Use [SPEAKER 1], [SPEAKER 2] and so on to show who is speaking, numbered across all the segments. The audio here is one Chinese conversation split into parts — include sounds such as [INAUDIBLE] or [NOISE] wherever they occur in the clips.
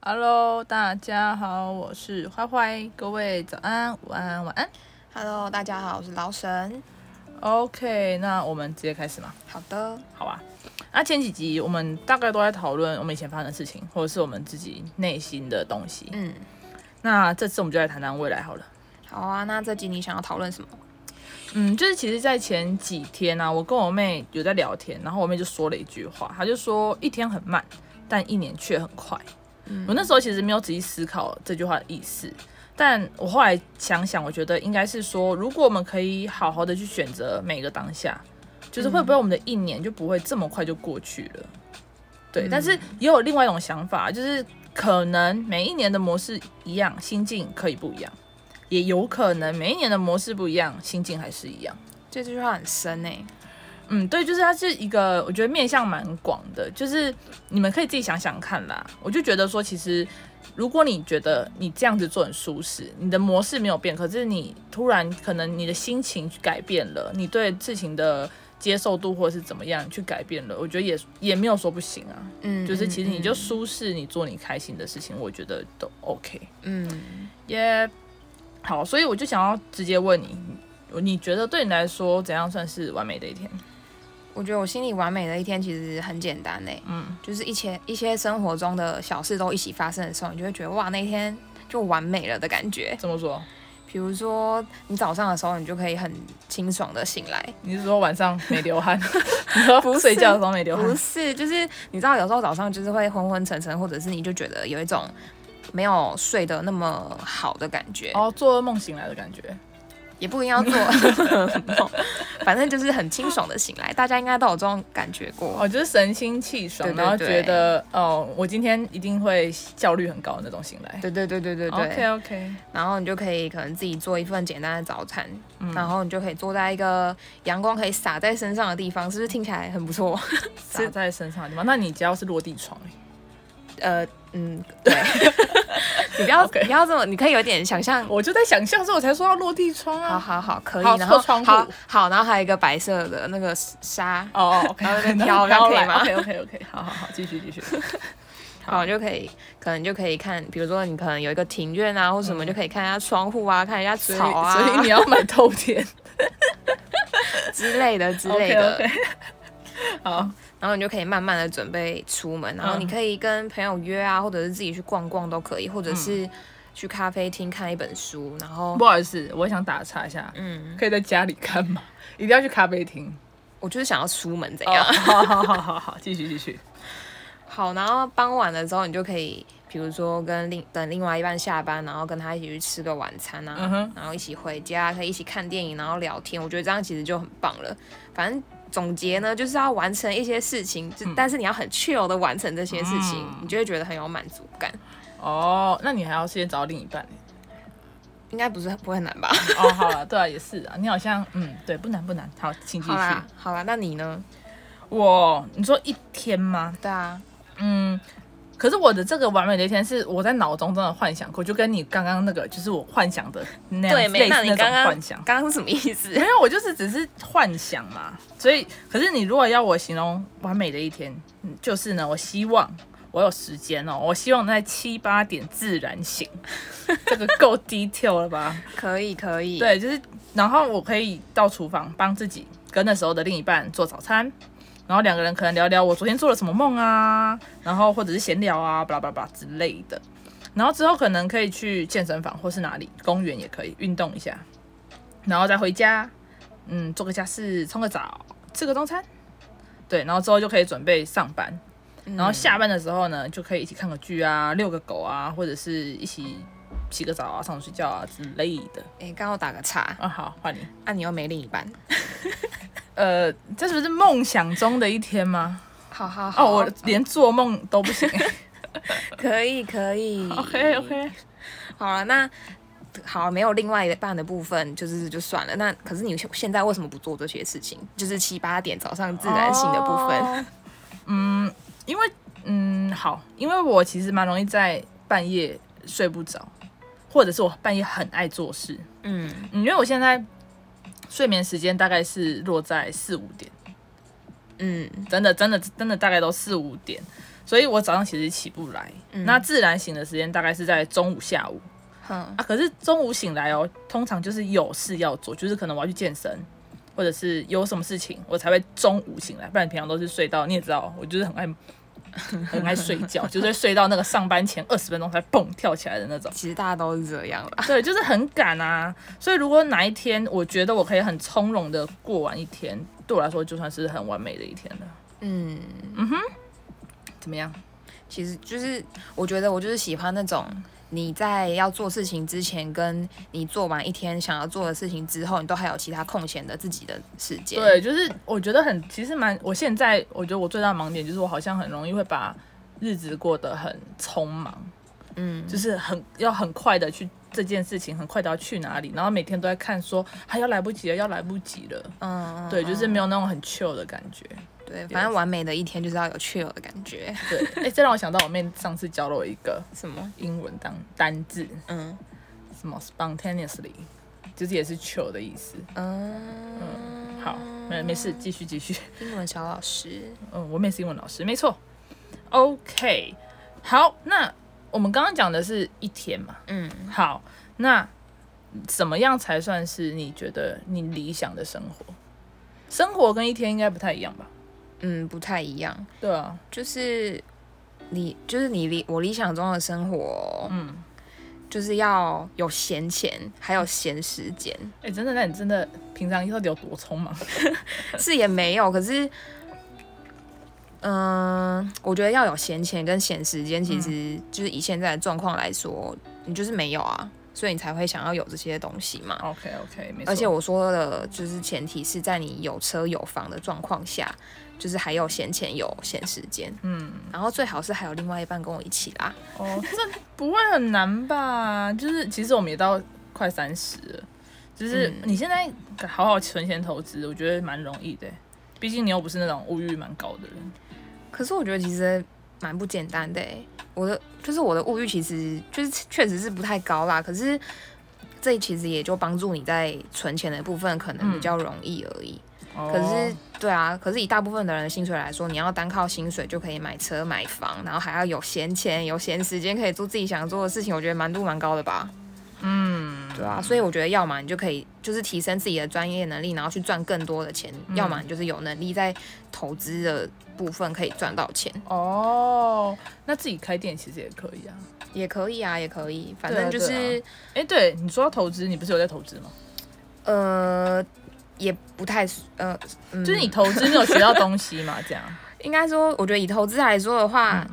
[SPEAKER 1] Hello，大家好，我是花花，各位早安、午安、晚安。
[SPEAKER 2] Hello，大家好，我是老沈。
[SPEAKER 1] OK，那我们直接开始嘛，
[SPEAKER 2] 好的，
[SPEAKER 1] 好吧？那前几集我们大概都在讨论我们以前发生的事情，或者是我们自己内心的东西。
[SPEAKER 2] 嗯，
[SPEAKER 1] 那这次我们就来谈谈未来好了。
[SPEAKER 2] 好啊。那这集你想要讨论什么？
[SPEAKER 1] 嗯，就是其实，在前几天呢、啊，我跟我妹有在聊天，然后我妹就说了一句话，她就说一天很慢，但一年却很快。
[SPEAKER 2] 嗯
[SPEAKER 1] 我那时候其实没有仔细思考这句话的意思，但我后来想想，我觉得应该是说，如果我们可以好好的去选择每个当下，就是会不会我们的一年就不会这么快就过去了？对，但是也有另外一种想法，就是可能每一年的模式一样，心境可以不一样。也有可能每一年的模式不一样，心境还是一样。
[SPEAKER 2] 这句话很深欸呢、
[SPEAKER 1] 嗯，对，就是它是一个我觉得面向蛮广的，就是你们可以自己想想看啦。我就觉得说，其实如果你觉得你这样子做很舒适，你的模式没有变，可是你突然可能你的心情改变了，你对事情的接受度或者是怎么样去改变了，我觉得也也没有说不行啊。
[SPEAKER 2] 嗯，
[SPEAKER 1] 就是其实你就
[SPEAKER 2] 嗯
[SPEAKER 1] 舒适，你做你开心的事情，我觉得都 OK。
[SPEAKER 2] 嗯，
[SPEAKER 1] 耶、好，所以我就想要直接问你，你觉得对你来说怎样算是完美的一天？
[SPEAKER 2] 我觉得我心里完美的一天其实很简单呢、
[SPEAKER 1] 嗯，
[SPEAKER 2] 就是一些一些生活中的小事都一起发生的时候，你就会觉得哇，那一天就完美了的感觉。
[SPEAKER 1] 怎么说？
[SPEAKER 2] 比如说你早上的时候，你就可以很清爽的醒来，
[SPEAKER 1] 你是说晚上没流
[SPEAKER 2] [LAUGHS]
[SPEAKER 1] 汗？你说
[SPEAKER 2] 不是
[SPEAKER 1] 睡觉的时候没流
[SPEAKER 2] 不
[SPEAKER 1] 汗？
[SPEAKER 2] 是，就是你知道，有时候早上就是会昏昏沉沉，或者是你就觉得有一种没有睡得那么好的感觉，
[SPEAKER 1] 哦，做噩梦醒来的感觉。
[SPEAKER 2] 也不一定
[SPEAKER 1] [LAUGHS]
[SPEAKER 2] 要做 [LAUGHS] 梦，反正就是很清爽的醒来。大家应该都有这种感觉过。
[SPEAKER 1] 哦，就是神清气爽，
[SPEAKER 2] 对对
[SPEAKER 1] 然后
[SPEAKER 2] 对
[SPEAKER 1] 觉得哦，我今天一定会效率很高的那种醒来。
[SPEAKER 2] 对对对对对对
[SPEAKER 1] OK OK，
[SPEAKER 2] 然后你就可以可能自己做一份简单的早餐，
[SPEAKER 1] 嗯
[SPEAKER 2] 然后你就可以坐在一个阳光可以洒在身上的地方，是不是听起来很
[SPEAKER 1] [LAUGHS]
[SPEAKER 2] 不错？
[SPEAKER 1] 撒在身上的地方。那你家要是落地床、欸
[SPEAKER 2] 呃，
[SPEAKER 1] [LAUGHS]
[SPEAKER 2] 嗯，对，你不要
[SPEAKER 1] OK
[SPEAKER 2] 你不要这么，你可以有点想象
[SPEAKER 1] 我就在想象，所以我才说要落地窗
[SPEAKER 2] 好
[SPEAKER 1] 啊。
[SPEAKER 2] 好好，可以。
[SPEAKER 1] 好
[SPEAKER 2] 然后
[SPEAKER 1] 做窗户
[SPEAKER 2] 好好，然后还有一个白色的那个纱，
[SPEAKER 1] 哦哦，OK，
[SPEAKER 2] 然后在那
[SPEAKER 1] [LAUGHS]
[SPEAKER 2] 边
[SPEAKER 1] 飘
[SPEAKER 2] 飘
[SPEAKER 1] 飘
[SPEAKER 2] 这样可以吗
[SPEAKER 1] OK OK OK，好好好，继续继续。
[SPEAKER 2] 然后就可以，可能就可以看，比如说你可能有一个庭院啊，或什
[SPEAKER 1] 嗯
[SPEAKER 2] 么，就可以看人家窗户啊，看人家
[SPEAKER 1] 所以
[SPEAKER 2] [LAUGHS] 草啊
[SPEAKER 1] 所以你要买透天
[SPEAKER 2] 之类
[SPEAKER 1] [LAUGHS]
[SPEAKER 2] 的之类的。
[SPEAKER 1] OK，OK 好，
[SPEAKER 2] 然后你就可以慢慢的准备出门，然后
[SPEAKER 1] 嗯
[SPEAKER 2] 你可以跟朋友约啊，或者是自己去逛逛都可以，或者是去咖啡厅看一本书，然后
[SPEAKER 1] 嗯不好意思，我想打岔一下，
[SPEAKER 2] 嗯，
[SPEAKER 1] 可以在家里看吗？一定要去咖啡厅？
[SPEAKER 2] 我就是想要出门怎
[SPEAKER 1] 哦，
[SPEAKER 2] 样？
[SPEAKER 1] 好好好好好，继续继续。
[SPEAKER 2] [LAUGHS] 好，然后傍晚的时候你就可以，比如说跟另等另外一半下班，然后跟他一起去吃个晚餐啊，
[SPEAKER 1] 嗯哼，
[SPEAKER 2] 然后一起回家，可以一起看电影，然后聊天。我觉得这样其实就很棒了。反正总结呢，就是要完成一些事情，就、
[SPEAKER 1] 嗯
[SPEAKER 2] 但是你要很 chill 的完成这些事情，你就会觉得很有满足感。
[SPEAKER 1] 哦，那你还要先找到另一半。欸
[SPEAKER 2] 应该不是不会很难吧？
[SPEAKER 1] 哦，好了，对啊，也是啊，你好像嗯，对，不难不难。好，请继
[SPEAKER 2] 好
[SPEAKER 1] 续
[SPEAKER 2] 啦。，好啦，那你呢？
[SPEAKER 1] 我，你说一天吗？
[SPEAKER 2] 对啊，
[SPEAKER 1] 嗯。可是我的这个完美的一天是我在脑中真的幻想过，就跟你刚刚那个，就是我幻想的那样
[SPEAKER 2] 对，
[SPEAKER 1] 类
[SPEAKER 2] 没，那
[SPEAKER 1] 似
[SPEAKER 2] 你
[SPEAKER 1] 那
[SPEAKER 2] 刚
[SPEAKER 1] 种
[SPEAKER 2] 刚
[SPEAKER 1] 幻想。
[SPEAKER 2] 刚刚是什么意思？
[SPEAKER 1] 没有，我就是只是幻想嘛。所以，可是你如果要我形容完美的一天，嗯就是呢，我希望我有时间哦，我希望在七八点自然醒， [LAUGHS] 这个够 detail 了吧？
[SPEAKER 2] [LAUGHS] 可以，可以，，
[SPEAKER 1] 对，就是，然后我可以到厨房帮自己跟那时候的另一半做早餐，然后两个人可能聊聊我昨天做了什么梦啊，然后或者是闲聊啊，巴拉巴拉巴拉之类的。然后之后可能可以去健身房或是哪里，公园也可以运动一下，然后再回家，嗯，做个家事，冲个澡，吃个中餐，对，然后之后就可以准备上班。然后下班的时候呢，就可以一起看个剧啊，遛个狗啊，或者是一起洗个澡啊、上床睡觉啊之类的。
[SPEAKER 2] 哎、刚好打个岔，
[SPEAKER 1] 啊，好，换你。
[SPEAKER 2] 啊，你又没另一半。
[SPEAKER 1] 呃，这是不是梦想中的一天吗？
[SPEAKER 2] 好好好，
[SPEAKER 1] 哦，我连做梦都不行。
[SPEAKER 2] 可以，可以
[SPEAKER 1] OK OK，
[SPEAKER 2] 好了，那好，没有另外一半的部分，就是就算了。那可是你现现在为什么不做这些事情？就是七八点早上自然醒的部分。
[SPEAKER 1] 哦嗯，因为嗯好，因为我其实蛮容易在半夜睡不着，或者是我半夜很爱做事。
[SPEAKER 2] 嗯，
[SPEAKER 1] 嗯因为我现在睡眠时间大概是落在四五点。
[SPEAKER 2] 嗯
[SPEAKER 1] 真的真的真的大概都四五点，所以我早上其实起不来。那自然醒的时间大概是在中午、下午
[SPEAKER 2] 嗯，
[SPEAKER 1] 啊。可是中午醒来哦，通常就是有事要做，就是可能我要去健身，或者是有什么事情，我才会中午醒来。不然平常都是睡到，你也知道，我就是很爱 [LAUGHS] 很爱睡 [LAUGHS] 觉，就是会睡到那个上班前二十分钟才蹦跳起来的那种。
[SPEAKER 2] 其实大家都是这样啦。
[SPEAKER 1] 对，就是很赶啊。所以如果哪一天我觉得我可以很从容的过完一天，对我来说就算是很完美的一天了。
[SPEAKER 2] 嗯，
[SPEAKER 1] 怎么样？
[SPEAKER 2] 其实就是我觉得我就是喜欢那种你在要做事情之前，跟你做完一天想要做的事情之后，你都还有其他空闲的自己的时间。，
[SPEAKER 1] 对，就是我觉得很，其实蛮，我现在我觉得我最大的盲点就是我好像很容易会把日子过得很匆忙，
[SPEAKER 2] 嗯，
[SPEAKER 1] 就是很要很快的去这件事情，很快的要去哪里，然后每天都在看说还、要来不及了，要来不及了。
[SPEAKER 2] 嗯，
[SPEAKER 1] 对，就是没有那种很 chill 的感觉。
[SPEAKER 2] 对，反正完美的一天就是要有确有的感觉。
[SPEAKER 1] 对，哎、这让我想到我妹上次教了我一个
[SPEAKER 2] 什么？
[SPEAKER 1] 英文当单字，
[SPEAKER 2] 嗯
[SPEAKER 1] 什么 spontaneously，就是也是 chill 的意思。
[SPEAKER 2] 嗯，
[SPEAKER 1] 好，没没事，继续继续。
[SPEAKER 2] 英文小老师，
[SPEAKER 1] 嗯，我妹是英文老师，没错。OK，好，那我们刚刚讲的是一天嘛？
[SPEAKER 2] 嗯，
[SPEAKER 1] 好，那怎么样才算是你觉得你理想的生活？生活跟一天应该不太一样吧？
[SPEAKER 2] 嗯，不太一样，
[SPEAKER 1] 对啊，
[SPEAKER 2] 就是你，就是你理我理想中的生活，
[SPEAKER 1] 嗯，
[SPEAKER 2] 就是要有闲钱，还有闲时间，
[SPEAKER 1] 哎、真的，那你真的平常到底有多匆忙？
[SPEAKER 2] 是也没有，可是。嗯，我觉得要有闲钱跟闲时间，
[SPEAKER 1] 嗯
[SPEAKER 2] 其实就是以现在的状况来说，你就是没有啊，所以你才会想要有这些东西嘛。
[SPEAKER 1] OK OK，没错。哦
[SPEAKER 2] 而且我说的，就是前提是在你有车有房的状况下，就是还有闲钱有闲时间，
[SPEAKER 1] 嗯，
[SPEAKER 2] 然后最好是还有另外一半跟我一起啦。
[SPEAKER 1] 哦，这不会很难吧？就是其实我们也到快三十了，就是
[SPEAKER 2] 嗯
[SPEAKER 1] 你现在好好存钱投资，我觉得蛮容易的。毕竟你又不是那种物欲蛮高的人。
[SPEAKER 2] 可是我觉得其实蛮不简单的欸，我的就是我的物欲其实就是确实是不太高啦，可是这其实也就帮助你在存钱的部分可能比较容易而已。可是
[SPEAKER 1] 哦，
[SPEAKER 2] 对啊，可是以大部分的人的薪水来说，你要单靠薪水就可以买车买房，然后还要有闲钱、有闲时间可以做自己想做的事情，我觉得难度蛮高的吧。
[SPEAKER 1] 嗯，
[SPEAKER 2] 对啊，所以我觉得要么你就可以就是提升自己的专业能力，然后去赚更多的钱；要么你就是有能力在投资的部分可以赚到钱，
[SPEAKER 1] 哦，那自己开店其实也可以啊。
[SPEAKER 2] 也可以啊，也可以，反
[SPEAKER 1] 对啊
[SPEAKER 2] 正就
[SPEAKER 1] 对
[SPEAKER 2] 是、
[SPEAKER 1] 哎、对你说到投资，你不是有在投资吗？
[SPEAKER 2] 呃，也不太呃，嗯、
[SPEAKER 1] 就是你投资，你有学到东西吗？这样，
[SPEAKER 2] [LAUGHS] 应该说，我觉得以投资来说的话，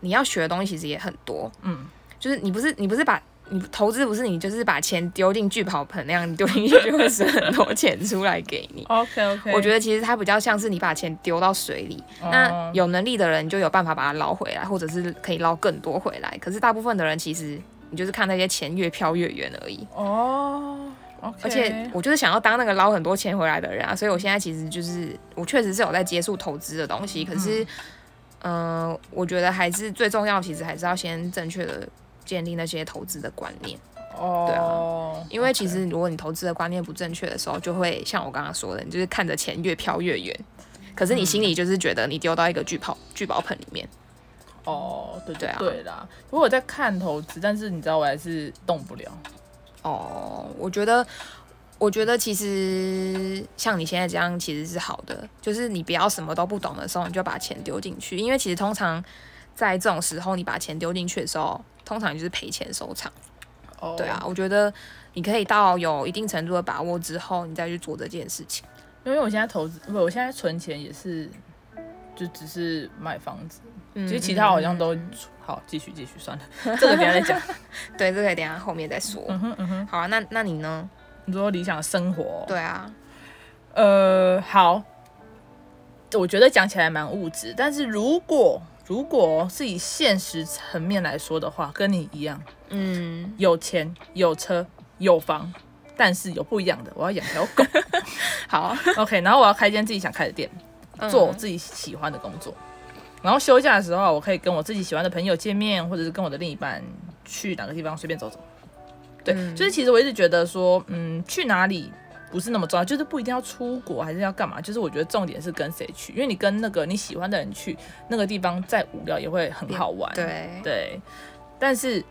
[SPEAKER 2] 你要学的东西其实也很多，
[SPEAKER 1] 嗯，
[SPEAKER 2] 就是你不是你不是把。你投资不是你就是把钱丢进聚宝盆那样丢进去就会省很多钱出来给
[SPEAKER 1] [LAUGHS]
[SPEAKER 2] 你。
[SPEAKER 1] OK OK，
[SPEAKER 2] 我觉得其实它比较像是你把钱丢到水里，
[SPEAKER 1] 哦
[SPEAKER 2] 那有能力的人就有办法把它捞回来，或者是可以捞更多回来。可是大部分的人其实你就是看那些钱越飘越远而已。
[SPEAKER 1] 哦，OK，
[SPEAKER 2] 而且我就是想要当那个捞很多钱回来的人啊，所以我现在其实就是我确实是有在接触投资的东西，可是，嗯、我觉得还是最重要，其实还是要先正确的建立那些投资的观念，对啊
[SPEAKER 1] 哦，
[SPEAKER 2] 因为其
[SPEAKER 1] OK
[SPEAKER 2] 实如果你投资的观念不正确的时候，就会像我刚刚说的，你就是看着钱越飘越远，可是你心里就是觉得你丢到一个聚宝聚宝盆里面，
[SPEAKER 1] 哦，对
[SPEAKER 2] 对
[SPEAKER 1] 对
[SPEAKER 2] 啊
[SPEAKER 1] 对啦，我有在看投资，但是你知道我还是动不了。
[SPEAKER 2] 哦，我觉得，我觉得其实像你现在这样其实是好的，就是你不要什么都不懂的时候，你就把钱丢进去，因为其实通常在这种时候，你把钱丢进去的时候，通常你就是赔钱收场。
[SPEAKER 1] 哦，
[SPEAKER 2] 对啊，，我觉得你可以到有一定程度的把握之后，你再去做这件事情。
[SPEAKER 1] 因为我现在投资，不，我现在存钱也是，就只是买房子，
[SPEAKER 2] 嗯
[SPEAKER 1] 其实其他好像
[SPEAKER 2] 嗯
[SPEAKER 1] 都好，继续继续算了， [LAUGHS] 这个等一下再讲。
[SPEAKER 2] 嗯对，这个等一下后面再说。
[SPEAKER 1] 嗯哼嗯哼，
[SPEAKER 2] 好啊，那那你呢？
[SPEAKER 1] 你说理想生活哦，
[SPEAKER 2] [LAUGHS] 对啊，
[SPEAKER 1] 呃，好，我觉得讲起来蛮物质，但是如果如果是以现实层面来说的话，跟你一样， [LAUGHS]
[SPEAKER 2] 嗯，
[SPEAKER 1] 有钱有车有房，但是有不一样的，我要养条狗。
[SPEAKER 2] 好，
[SPEAKER 1] OK，然后我要开一间自己想开的
[SPEAKER 2] 嗯
[SPEAKER 1] 店，做我自己喜欢的工作。然后休假的时候，我可以跟我自己喜欢的朋友见面，或者是跟我的另一半去哪个地方随便走走。对，
[SPEAKER 2] 嗯
[SPEAKER 1] 就是其实我一直觉得说，嗯，去哪里不是那么重要，就是不一定要出国还是要干嘛，就是我觉得重点是跟谁去，因为你跟那个你喜欢的人去，那个地方再无聊也会很好玩。
[SPEAKER 2] 对，
[SPEAKER 1] 对，但是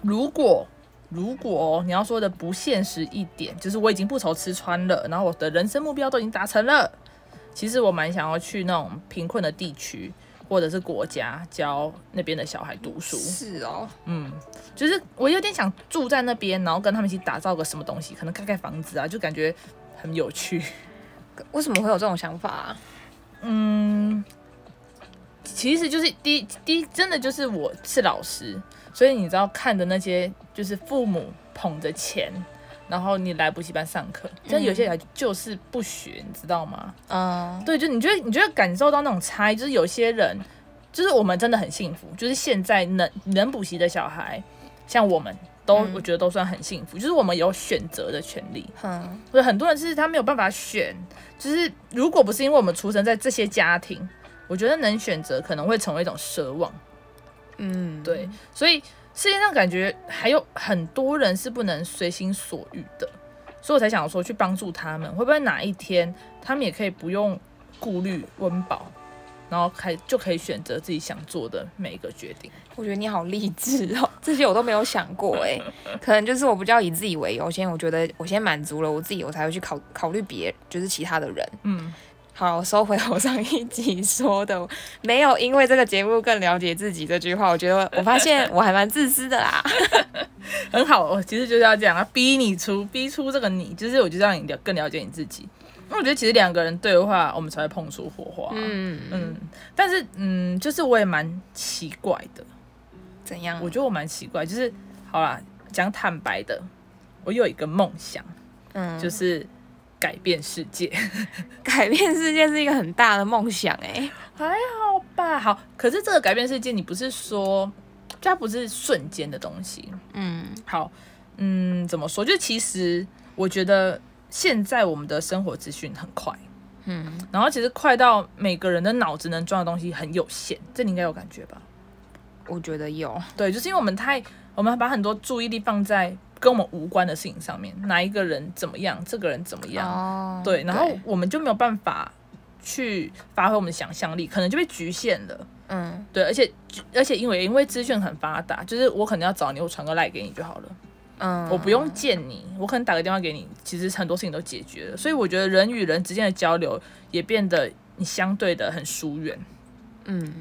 [SPEAKER 1] 如果如果、哦、你要说的不现实一点，就是我已经不愁吃穿了，然后我的人生目标都已经达成了，其实我蛮想要去那种贫困的地区或者是国家教那边的小孩读书，
[SPEAKER 2] 是哦，
[SPEAKER 1] 嗯，就是我有点想住在那边，然后跟他们一起打造个什么东西，可能盖盖房子啊，就感觉很有趣。
[SPEAKER 2] 为什么会有这种想法、啊？
[SPEAKER 1] 嗯，其实就是第一第一，真的就是我是老师，所以你知道看的那些就是父母捧着钱，然后你来补习班上课，但有些人就是不学，你知道吗？
[SPEAKER 2] 嗯，
[SPEAKER 1] 对，就你觉得你觉得感受到那种差异，就是有些人，就是我们真的很幸福，就是现在能能补习的小孩，像我们都、
[SPEAKER 2] 嗯
[SPEAKER 1] 我觉得都算很幸福，就是我们有选择的权利。
[SPEAKER 2] 哼，
[SPEAKER 1] 所以很多人是他没有办法选，就是如果不是因为我们出生在这些家庭，我觉得能选择可能会成为一种奢望。
[SPEAKER 2] 嗯，
[SPEAKER 1] 对，所以世界上感觉还有很多人是不能随心所欲的，所以我才想说去帮助他们，会不会哪一天他们也可以不用顾虑温饱，然后开就可以选择自己想做的每一个决定。
[SPEAKER 2] 我觉得你好励志哦，这些我都没有想过哎、
[SPEAKER 1] [LAUGHS]
[SPEAKER 2] 可能就是我比较以自己为优先，我觉得我先满足了我自己，我才会去考考虑别就是其他的人。
[SPEAKER 1] 嗯，
[SPEAKER 2] 好，我收回我上一集说的，没有因为这个节目更了解自己这句话，我觉得我发现我还蛮自私
[SPEAKER 1] [LAUGHS]
[SPEAKER 2] 的啦。
[SPEAKER 1] 很好，我其实就是要这样，要逼你出，逼出这个你，就是我就让你了更了解你自己。因为我觉得其实两个人对话，我们才会碰出火花。嗯
[SPEAKER 2] 嗯，
[SPEAKER 1] 但是嗯，就是我也蛮奇怪的，
[SPEAKER 2] 怎样？
[SPEAKER 1] 我觉得我蛮奇怪，就是好啦，讲坦白的，我有一个梦想，
[SPEAKER 2] 嗯，就
[SPEAKER 1] 就是是改变世界。
[SPEAKER 2] 改变世界是一个很大的梦想哎、
[SPEAKER 1] [LAUGHS] 还好吧，好，可是这个改变世界，你不是说，就它不是瞬间的东西，
[SPEAKER 2] 嗯
[SPEAKER 1] 好，嗯，怎么说？就其实我觉得现在我们的生活资讯很快，
[SPEAKER 2] 嗯，
[SPEAKER 1] 然后其实快到每个人的脑子能装的东西很有限，这你应该有感觉吧？
[SPEAKER 2] 我觉得有，
[SPEAKER 1] 对，就是因为我们太，我们把很多注意力放在跟我们无关的事情上面，哪一个人怎么样，这个人怎么样，
[SPEAKER 2] 哦，
[SPEAKER 1] 对，然后我们就没有办法去发挥我们的想象力，可能就被局限了。
[SPEAKER 2] 嗯，
[SPEAKER 1] 对，而且而且因为因为资讯很发达，就是我可能要找你，我传个赖给你就好了。
[SPEAKER 2] 嗯，
[SPEAKER 1] 我不用见你，我可能打个电话给你，其实很多事情都解决了。所以我觉得人与人之间的交流也变得你相对的很疏远。
[SPEAKER 2] 嗯，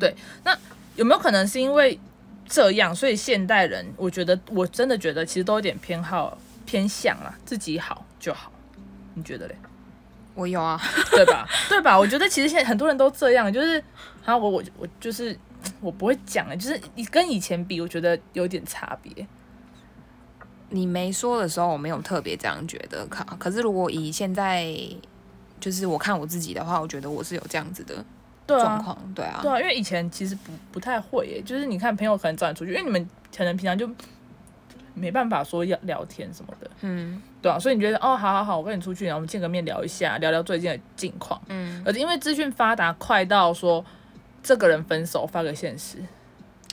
[SPEAKER 1] 有没有可能是因为这样，所以现代人，我觉得我真的觉得其实都有点偏好偏向啦，自己好就好，你觉得嘞？
[SPEAKER 2] 我有啊，
[SPEAKER 1] 对吧？ [LAUGHS] 对吧？我觉得其实现在很多人都这样，就是啊，我我我就是我不会讲了，就是跟以前比，我觉得有点差别。
[SPEAKER 2] 你没说的时候，我没有特别这样觉得。可可是如果以现在就是我看我自己的话，我觉得我是有这样子的
[SPEAKER 1] 对
[SPEAKER 2] 状
[SPEAKER 1] 啊，
[SPEAKER 2] 况，对啊，
[SPEAKER 1] 对啊，因为以前其实不不太会耶，就是你看朋友可能找你出去，因为你们可能平常就没办法说要聊天什么的，
[SPEAKER 2] 嗯
[SPEAKER 1] 对啊，所以你觉得哦，好好好，我跟你出去，然后我们见个面聊一下，聊聊最近的近况。
[SPEAKER 2] 嗯，
[SPEAKER 1] 而且因为资讯发达，快到说这个人分手发个现实，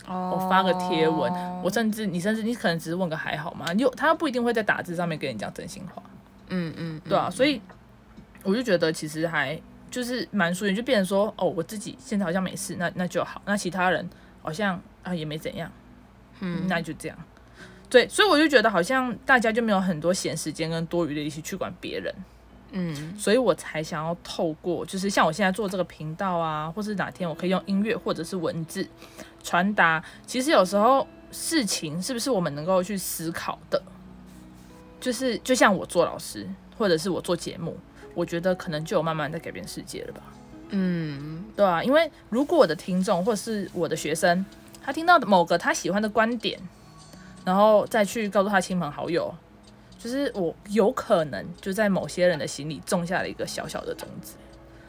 [SPEAKER 2] 哦
[SPEAKER 1] 我发个贴文，我甚至你甚至你可能只是问个还好吗，又他不一定会在打字上面跟你讲真心话，
[SPEAKER 2] 嗯嗯，
[SPEAKER 1] 对啊，所以我就觉得其实还就是蛮疏远，就变成说哦，我自己现在好像没事，那那就好，那其他人好像啊也没怎样，
[SPEAKER 2] 嗯
[SPEAKER 1] 那就这样。对，所以我就觉得好像大家就没有很多闲时间跟多余的力气去管别人，
[SPEAKER 2] 嗯
[SPEAKER 1] 所以我才想要透过就是像我现在做这个频道啊，或是哪天我可以用音乐或者是文字传达，其实有时候事情是不是我们能够去思考的，就是就像我做老师，或者是我做节目，我觉得可能就有慢慢在改变世界了吧。
[SPEAKER 2] 嗯
[SPEAKER 1] 对啊，因为如果我的听众或是我的学生，他听到某个他喜欢的观点，然后再去告诉他亲朋好友，就是我有可能就在某些人的心里种下了一个小小的种子，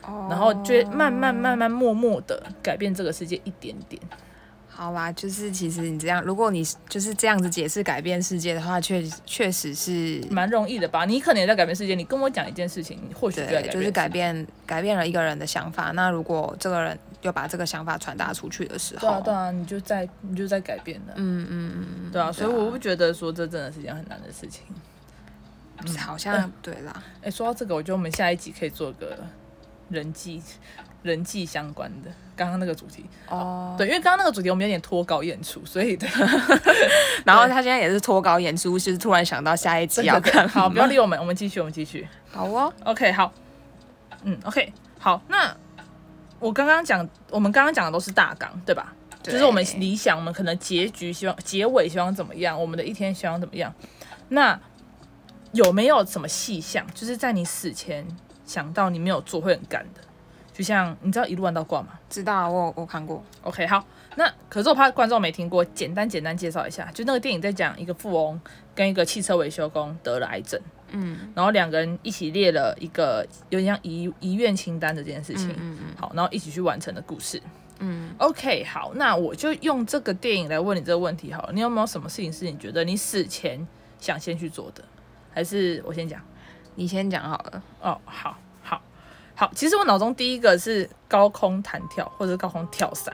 [SPEAKER 2] 哦
[SPEAKER 1] 然后就会慢慢慢慢默默的改变这个世界一点点。
[SPEAKER 2] 好啦，就是其实你这样，如果你就是这样子解释改变世界的话，确确实是
[SPEAKER 1] 蛮容易的吧？你可能也在改变世界。你跟我讲一件事情，你或许就在改
[SPEAKER 2] 对，
[SPEAKER 1] 变世界。
[SPEAKER 2] 就是改变改变了一个人的想法。那如果这个人又把这个想法传达出去的时
[SPEAKER 1] 对
[SPEAKER 2] 候
[SPEAKER 1] 啊，，对啊，你就在你就在改变了。
[SPEAKER 2] 嗯嗯嗯，
[SPEAKER 1] 对啊，所以我不觉得说这真的是件很难的事情。
[SPEAKER 2] 嗯好像对啦，
[SPEAKER 1] 哎、说到这个，我觉得我们下一集可以做个人际、人际相关的。刚刚那个主题，
[SPEAKER 2] 哦，
[SPEAKER 1] 对，因为刚刚那个主题我们有点脱稿演出，所以对，
[SPEAKER 2] 然后他现在也是脱稿演出，就是突然想到下一集 [LAUGHS] 要
[SPEAKER 1] 对对
[SPEAKER 2] 看， [LAUGHS]
[SPEAKER 1] 好，不要理我们，我们继续，我们继续。
[SPEAKER 2] 好哦，
[SPEAKER 1] OK，好，嗯，OK，好，那我刚刚讲，我们刚刚讲的都是大纲，对吧？就是我们
[SPEAKER 2] 对
[SPEAKER 1] 理想，我们可能结局希望、结尾希望怎么样，我们的一天希望怎么样。那有没有什么细项，就是在你死前想到你没有做会很干的？就像你知道一路玩到挂吗
[SPEAKER 2] 知道啊我有我看过，
[SPEAKER 1] ？OK，好，那可是我怕观众没听过，简单简单介绍一下，就那个电影在讲一个富翁跟一个汽车维修工得了癌症。
[SPEAKER 2] 嗯
[SPEAKER 1] 然后两个人一起列了一个有点像遗遗愿清单的这件事情
[SPEAKER 2] 嗯，嗯
[SPEAKER 1] 好，然后一起去完成的故事。
[SPEAKER 2] 嗯，
[SPEAKER 1] OK，好，那我就用这个电影来问你这个问题好了，你有没有什么事情是你觉得你死前想先去做的？还是我先讲？
[SPEAKER 2] 你先讲好了，
[SPEAKER 1] 哦，好，好，好。其实我脑中第一个是高空弹跳或者是高空跳伞，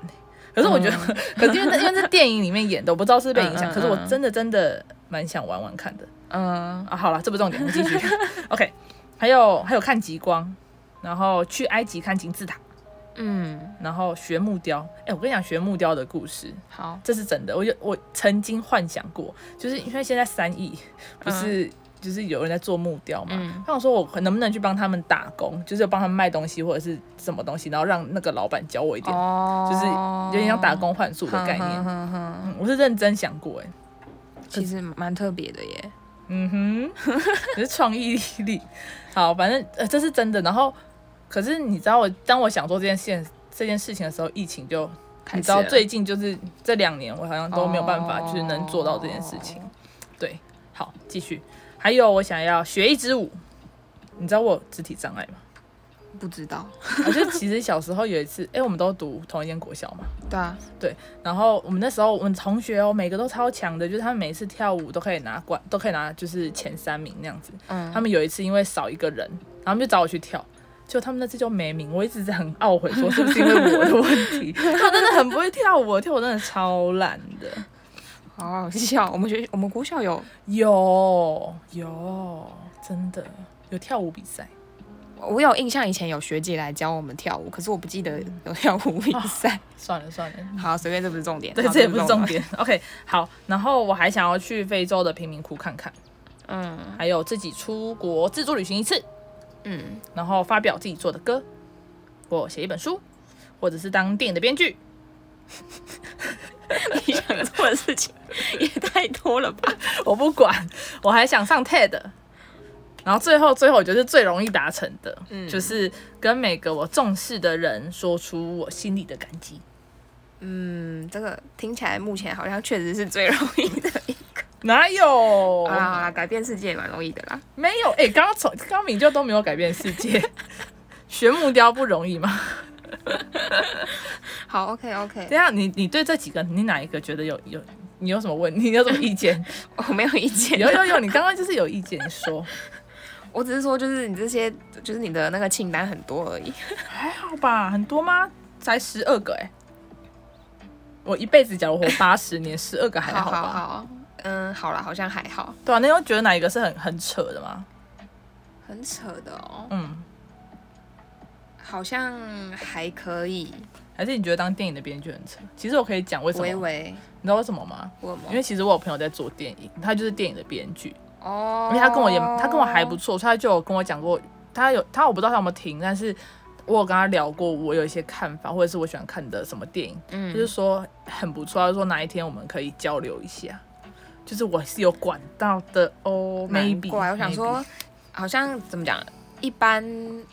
[SPEAKER 1] 可是我觉得， [LAUGHS] 可是因为那因为是电影里面演的，我不知道是不是被影响，
[SPEAKER 2] 嗯嗯
[SPEAKER 1] 可是我
[SPEAKER 2] 嗯
[SPEAKER 1] 真的真的蛮想玩玩看的。
[SPEAKER 2] 嗯
[SPEAKER 1] 啊，好了，这不重点，我们继续。OK，还有还有看极光，然后去埃及看金字塔，
[SPEAKER 2] 嗯，
[SPEAKER 1] 然后学木雕。哎、我跟你讲学木雕的故事，
[SPEAKER 2] 好，
[SPEAKER 1] 这是真的。我就我曾经幻想过，就是因为现在三亿不是、就是有人在做木雕嘛，
[SPEAKER 2] 嗯
[SPEAKER 1] 他想说我能不能去帮他们打工，就是帮他们卖东西或者是什么东西，然后让那个老板教我一点，
[SPEAKER 2] 哦，
[SPEAKER 1] 就是有点像打工换宿的概念。
[SPEAKER 2] 哼哼哼哼
[SPEAKER 1] 嗯，我是认真想过、哎。
[SPEAKER 2] 其实蛮特别的耶，
[SPEAKER 1] 嗯哼，只是创意力。好，反正呃这是真的。然后，可是你知道我当我想做这件事这件事情的时候，疫情就
[SPEAKER 2] 开
[SPEAKER 1] 你
[SPEAKER 2] 始
[SPEAKER 1] 知道
[SPEAKER 2] 了
[SPEAKER 1] 最近就是这两年，我好像都没有办法就是能做到这件事情。
[SPEAKER 2] 哦
[SPEAKER 1] 对，好，继续。还有我想要学一支舞，你知道我有肢体障碍吗？
[SPEAKER 2] 不知道，
[SPEAKER 1] 我就其实小时候有一次，哎、我们都读同一间国小嘛，
[SPEAKER 2] 对啊，
[SPEAKER 1] 然后我们那时候我们同学哦，每个都超强的，就是他们每次跳舞都可以拿冠，都可以拿就是前三名那样子。
[SPEAKER 2] 嗯
[SPEAKER 1] 他们有一次因为少一个人，然后他们就找我去跳，结果他们那次就没名。我一直在很懊悔，说是不是因为我的问题？ [LAUGHS] 他真的很不会跳舞，跳舞真的超烂的。
[SPEAKER 2] 好好笑，我们学我们国校有，
[SPEAKER 1] 有有，真的有跳舞比赛，
[SPEAKER 2] 我有印象以前有学姐来教我们跳舞，可是我不记得有跳舞比赛。
[SPEAKER 1] 算了算了。
[SPEAKER 2] 嗯 [LAUGHS] 好，随便，这不是重点，
[SPEAKER 1] 对，
[SPEAKER 2] 好
[SPEAKER 1] 这也不是重
[SPEAKER 2] 点。
[SPEAKER 1] 点。OK，好， [LAUGHS] 然后我还想要去非洲的贫民窟看看，
[SPEAKER 2] 嗯
[SPEAKER 1] 还有自己出国自助旅行一次，
[SPEAKER 2] 嗯，
[SPEAKER 1] 然后发表自己做的歌，或写一本书，或者是当电影的编剧。
[SPEAKER 2] [LAUGHS]
[SPEAKER 1] [LAUGHS]
[SPEAKER 2] 你想做的事情也太多了吧？
[SPEAKER 1] 我不管，我还想上 TED。然后最后，最后我觉得是最容易达成的，
[SPEAKER 2] 嗯
[SPEAKER 1] 就是跟每个我重视的人说出我心里的感激。
[SPEAKER 2] 嗯，这个听起来目前好像确实是最容易
[SPEAKER 1] [LAUGHS]
[SPEAKER 2] 的一个。
[SPEAKER 1] 哪有？
[SPEAKER 2] 好啦好啦，改变世界也蛮容易的啦。
[SPEAKER 1] 没有。哎、刚刚从刚刚明就都没有改变世界。学木雕不容易吗？
[SPEAKER 2] 好，OK OK，
[SPEAKER 1] 等一下，你你对这几个，你哪一个觉得有有？你有什么问？你有什么意见？
[SPEAKER 2] 我没有意见。
[SPEAKER 1] 有有有，你刚刚就是有意见，你说
[SPEAKER 2] 我只是说，就是你这些，就是你的那个清单很多而已。
[SPEAKER 1] 还好吧？很多吗？才十二个哎、我一辈子假如活八十年，十二个还好吧？
[SPEAKER 2] 好好，嗯，好啦，好像还好，
[SPEAKER 1] 对啊，那有觉得哪一个是很很扯的吗？
[SPEAKER 2] 很扯的哦，
[SPEAKER 1] 嗯，
[SPEAKER 2] 好像还可以。
[SPEAKER 1] 还是你觉得当电影的编剧很扯？其实我可以讲为什么，
[SPEAKER 2] 微
[SPEAKER 1] 你
[SPEAKER 2] 微，
[SPEAKER 1] 知道为什么吗？
[SPEAKER 2] 我有没有
[SPEAKER 1] 因为其实我有朋友在做电影，他就是电影的编剧，
[SPEAKER 2] 哦，
[SPEAKER 1] 而且他跟我也他跟我还不错，所以他就有跟我讲过，他有他我不知道他有没有听，但是我有跟他聊过，我有一些看法，或者是我喜欢看的什么电影，
[SPEAKER 2] 嗯
[SPEAKER 1] 他就说很不错，他就说哪一天我们可以交流一下，就是我是有管道的哦
[SPEAKER 2] 难
[SPEAKER 1] ，maybe，
[SPEAKER 2] 怪我想
[SPEAKER 1] maybe
[SPEAKER 2] 说，好像怎么讲，一般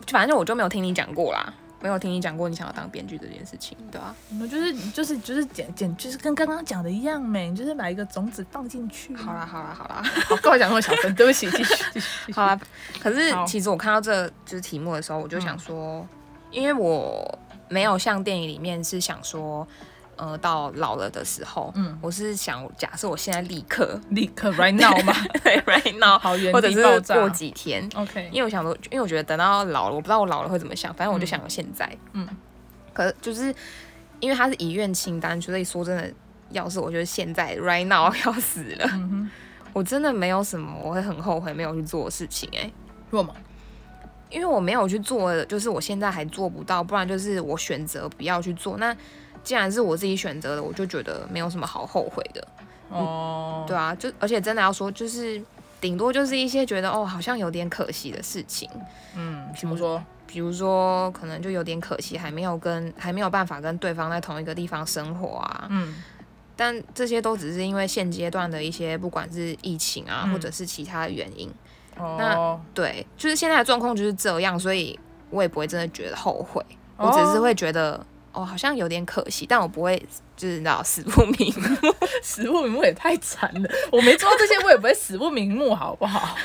[SPEAKER 2] 就反正我就没有听你讲过啦，没有听你讲过你想要当编剧这件事情，对啊，
[SPEAKER 1] 我们嗯就是就是就是简简就是跟刚刚讲的一样美，你就是把一个种子放进去。
[SPEAKER 2] 好，啦，好啦，好 [LAUGHS] 啦，
[SPEAKER 1] 好，跟我讲那么小声，对不起，继续继续。继续
[SPEAKER 2] 好，嗯啦。可是
[SPEAKER 1] 好
[SPEAKER 2] 其实我看到这就是题目的时候，我就想说，因为我没有像电影里面是想说，呃，到老了的时候，
[SPEAKER 1] 嗯
[SPEAKER 2] 我是想假设我现在立刻
[SPEAKER 1] 立刻 right now 嘛，
[SPEAKER 2] [LAUGHS] 对 right now，
[SPEAKER 1] 好原
[SPEAKER 2] 或者
[SPEAKER 1] 地爆
[SPEAKER 2] 是
[SPEAKER 1] 炸。
[SPEAKER 2] 过几天，
[SPEAKER 1] OK，
[SPEAKER 2] 因为我想说，因为我觉得等到老了，我不知道我老了会怎么想，反正我就想现在。
[SPEAKER 1] 嗯，
[SPEAKER 2] 可就是因为它是遗愿清单，所以说真的，要是我觉得现在 right now 要死了，
[SPEAKER 1] 嗯哼，
[SPEAKER 2] 我真的没有什么我会很后悔没有去做的事情哎、
[SPEAKER 1] 若吗？
[SPEAKER 2] 因为我没有去做的，就是我现在还做不到，不然就是我选择不要去做。那既然是我自己选择的，我就觉得没有什么好后悔的，
[SPEAKER 1] 哦，
[SPEAKER 2] 对啊，就而且真的要说，就是顶多就是一些觉得哦好像有点可惜的事情，
[SPEAKER 1] 嗯，怎么说？
[SPEAKER 2] 比如说可能就有点可惜，还没有跟还没有办法跟对方在同一个地方生活啊，
[SPEAKER 1] 嗯，
[SPEAKER 2] 但这些都只是因为现阶段的一些不管是疫情啊，
[SPEAKER 1] 嗯
[SPEAKER 2] 或者是其他的原因，
[SPEAKER 1] 哦，
[SPEAKER 2] 对，就是现在的状况就是这样，所以我也不会真的觉得后悔。我只是会觉得哦，好像有点可惜，但我不会就是你知道死不瞑目。
[SPEAKER 1] 死不瞑目也太惨了，我没做到这些，我也不会死不瞑目，好不 [LAUGHS] 好？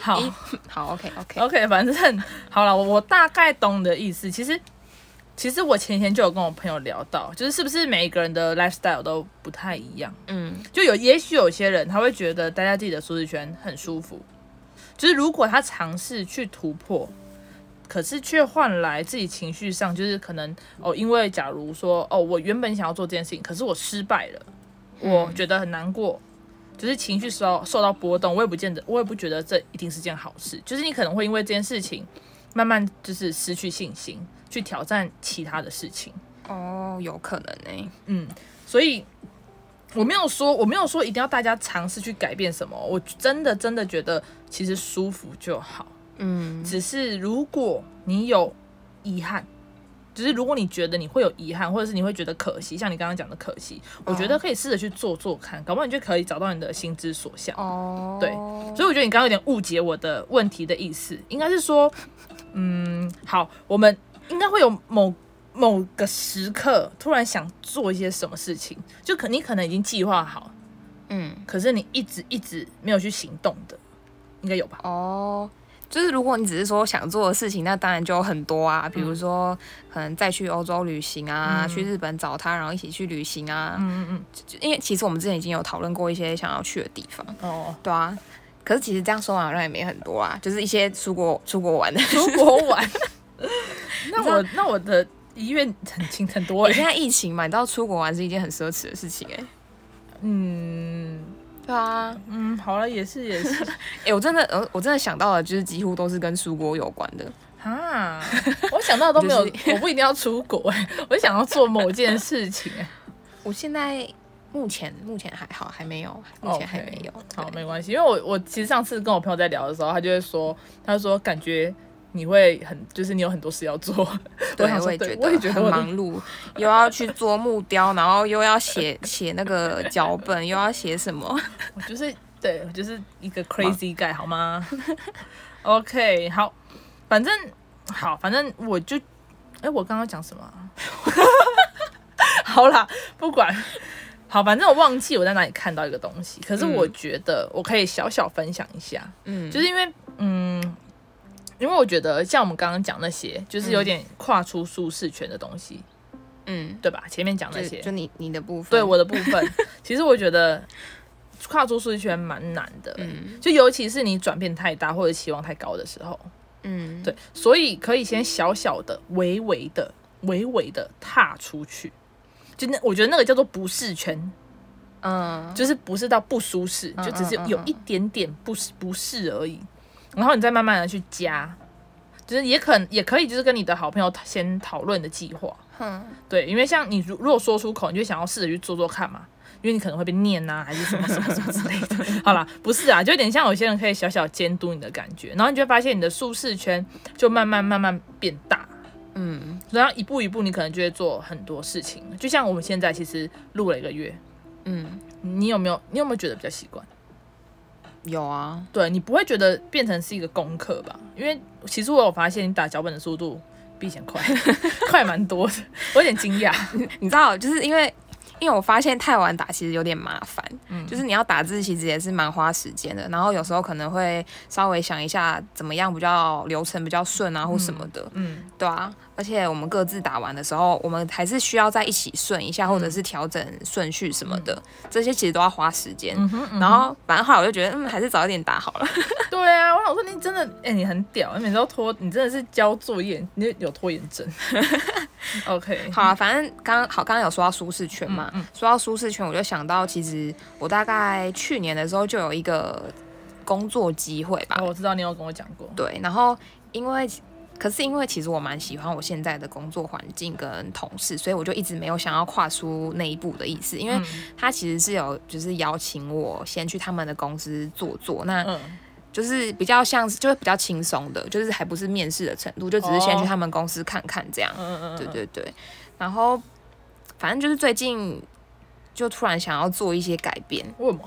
[SPEAKER 1] 好
[SPEAKER 2] 一 [LAUGHS] 好，OK
[SPEAKER 1] [LAUGHS]
[SPEAKER 2] OK，
[SPEAKER 1] ，OK，反正好了，我我大概懂你的意思。其实，其实我前天就有跟我朋友聊到，就是是不是每一个人的 lifestyle 都不太一样。
[SPEAKER 2] 嗯
[SPEAKER 1] 就有也许有些人他会觉得待在自己的舒适圈很舒服，就是如果他尝试去突破，可是却换来自己情绪上就是可能哦，因为假如说哦，我原本想要做这件事情，可是我失败了，我觉得很难过。就是情绪受到受到波动，我也不见得，我也不觉得这一定是件好事。就是你可能会因为这件事情，慢慢就是失去信心，去挑战其他的事情。
[SPEAKER 2] 哦，有可能呢、
[SPEAKER 1] 嗯，所以我没有说，我没有说一定要大家尝试去改变什么，我真的真的觉得其实舒服就好。
[SPEAKER 2] 嗯
[SPEAKER 1] 只是如果你有遗憾，只是如果你觉得你会有遗憾，或者是你会觉得可惜，像你刚刚讲的可惜，我觉得可以试着去做做看，搞不好你就可以找到你的心之所向。
[SPEAKER 2] 哦，
[SPEAKER 1] 对所以我觉得你刚刚有点误解我的问题的意思，应该是说，嗯，好，我们应该会有某某个时刻突然想做一些什么事情，就可你可能已经计划好，
[SPEAKER 2] 嗯
[SPEAKER 1] 可是你一直一直没有去行动的，应该有吧？
[SPEAKER 2] 哦。就是如果你只是说想做的事情，那当然就有很多啊，比如说可能再去欧洲旅行啊，去日本找他，然后一起去旅行啊。
[SPEAKER 1] 嗯嗯
[SPEAKER 2] 就因为其实我们之前已经有讨论过一些想要去的地方，
[SPEAKER 1] 嗯，哦，
[SPEAKER 2] 对啊。可是其实这样说完好像也没很多啊，就是一些出国出国 [LAUGHS] 玩的
[SPEAKER 1] 出国玩， [LAUGHS] 那我那我的遗愿很轻很多
[SPEAKER 2] 你
[SPEAKER 1] 哎、
[SPEAKER 2] 现在疫情嘛，你知道出国玩是一件很奢侈的事情哎、
[SPEAKER 1] [LAUGHS] 嗯
[SPEAKER 2] 对啊，
[SPEAKER 1] 嗯，好了，也是也 [LAUGHS] 是
[SPEAKER 2] 哎、我真的，呃，我真的想到了，就是几乎都是跟出国有关的。
[SPEAKER 1] 啊，我想到都没有，我不一定要出国哎、我想要做某件事情哎、
[SPEAKER 2] 我现在目前目前还好，还没有，目前还没有。
[SPEAKER 1] 好，
[SPEAKER 2] 对
[SPEAKER 1] 没关系，因为我我其实上次跟我朋友在聊的时候，他就会说，他就说感觉你会很，就是你有很多事要
[SPEAKER 2] [LAUGHS]
[SPEAKER 1] 做。
[SPEAKER 2] 对，
[SPEAKER 1] 想
[SPEAKER 2] 我
[SPEAKER 1] 说
[SPEAKER 2] 也觉
[SPEAKER 1] 对
[SPEAKER 2] 得
[SPEAKER 1] 我也觉得
[SPEAKER 2] 很
[SPEAKER 1] 我的
[SPEAKER 2] 忙 [LAUGHS] 碌，又要去做木雕，然后又要写 [LAUGHS] 写那个脚本，又要写什么？
[SPEAKER 1] 我就是对，我就是一个 crazy guy 好吗？OK，好，反正好，反正我就，哎、我刚刚讲什么啊？ [LAUGHS] 好啦，不管。好，反正我忘记我在哪里看到一个东西，可是我
[SPEAKER 2] 嗯
[SPEAKER 1] 觉得我可以小小分享一下。
[SPEAKER 2] [LAUGHS] 嗯，
[SPEAKER 1] 就是因为嗯，因为我觉得像我们刚刚讲那些，就是有点跨出舒适圈的东西，
[SPEAKER 2] 嗯，
[SPEAKER 1] 对吧？前面讲那
[SPEAKER 2] 就
[SPEAKER 1] 些，
[SPEAKER 2] 就你你的部分，
[SPEAKER 1] 对我的部
[SPEAKER 2] [LAUGHS]
[SPEAKER 1] 分，其实我觉得跨出舒适圈蛮难的、
[SPEAKER 2] 嗯
[SPEAKER 1] 就尤其是你转变太大或者期望太高的时候，
[SPEAKER 2] 嗯，
[SPEAKER 1] 对，所以可以先小小的、微微的、微微的踏出去。就那，我觉得那个叫做不适圈，
[SPEAKER 2] 嗯，
[SPEAKER 1] 就是不是到不舒适，
[SPEAKER 2] 嗯
[SPEAKER 1] 就只是
[SPEAKER 2] 嗯嗯
[SPEAKER 1] 有一点点不适不适而已。然后你再慢慢的去加，就是也可也可以就是跟你的好朋友先讨论你的计划，
[SPEAKER 2] 哼，
[SPEAKER 1] 对，因为像你如如果说出口，你就想要试着去做做看嘛。因为你可能会被念呐、还是什么什么什么之类的。
[SPEAKER 2] [LAUGHS]
[SPEAKER 1] 好啦，不是啊，就有点像有些人可以小小监督你的感觉，然后你就会发现你的舒适圈就慢慢慢慢变大，
[SPEAKER 2] 嗯
[SPEAKER 1] 然后一步一步你可能就会做很多事情。就像我们现在其实录了一个月，
[SPEAKER 2] 嗯，
[SPEAKER 1] 你有没有你有没有觉得比较习惯？
[SPEAKER 2] 有啊，
[SPEAKER 1] 对你不会觉得变成是一个功课吧？因为其实我有发现你打脚本的速度比以前快， [LAUGHS] 快蛮多的，我有点惊讶。
[SPEAKER 2] 你知道，就是因为因为我发现太晚打其实有点麻烦，就是你要打字其实也是蛮花时间的，然后有时候可能会稍微想一下怎么样比较流程比较顺啊或什么的，
[SPEAKER 1] 嗯，
[SPEAKER 2] 对啊，而且我们各自打完的时候，我们还是需要在一起顺一下，或者是调整顺序什么的，这些其实都要花时间。嗯然后反正后来我就觉得，嗯，还是早一点打好了。
[SPEAKER 1] 对啊，我想说你啊
[SPEAKER 2] [LAUGHS]
[SPEAKER 1] 真的，哎、你很屌，你每次都拖，你真的是交作业，你有拖延症。 OK，
[SPEAKER 2] 好了，啊反正刚好刚刚有说到舒适圈嘛，
[SPEAKER 1] 嗯
[SPEAKER 2] 说到舒适圈，我就想到其实我大概去年的时候就有一个工作机会吧，
[SPEAKER 1] 哦，我知道你有跟我讲过，
[SPEAKER 2] 对，然后因为可是因为其实我蛮喜欢我现在的工作环境跟同事，所以我就一直没有想要跨出那一步的意思，因为
[SPEAKER 1] 嗯
[SPEAKER 2] 他其实是有就是邀请我先去他们的公司坐坐，那
[SPEAKER 1] 嗯，
[SPEAKER 2] 就是比较像是就是比较轻松的，就是还不是面试的程度，就只是先去他们公司看看这样。
[SPEAKER 1] 嗯嗯
[SPEAKER 2] 对对对，然后反正就是最近就突然想要做一些改变，
[SPEAKER 1] 为什么？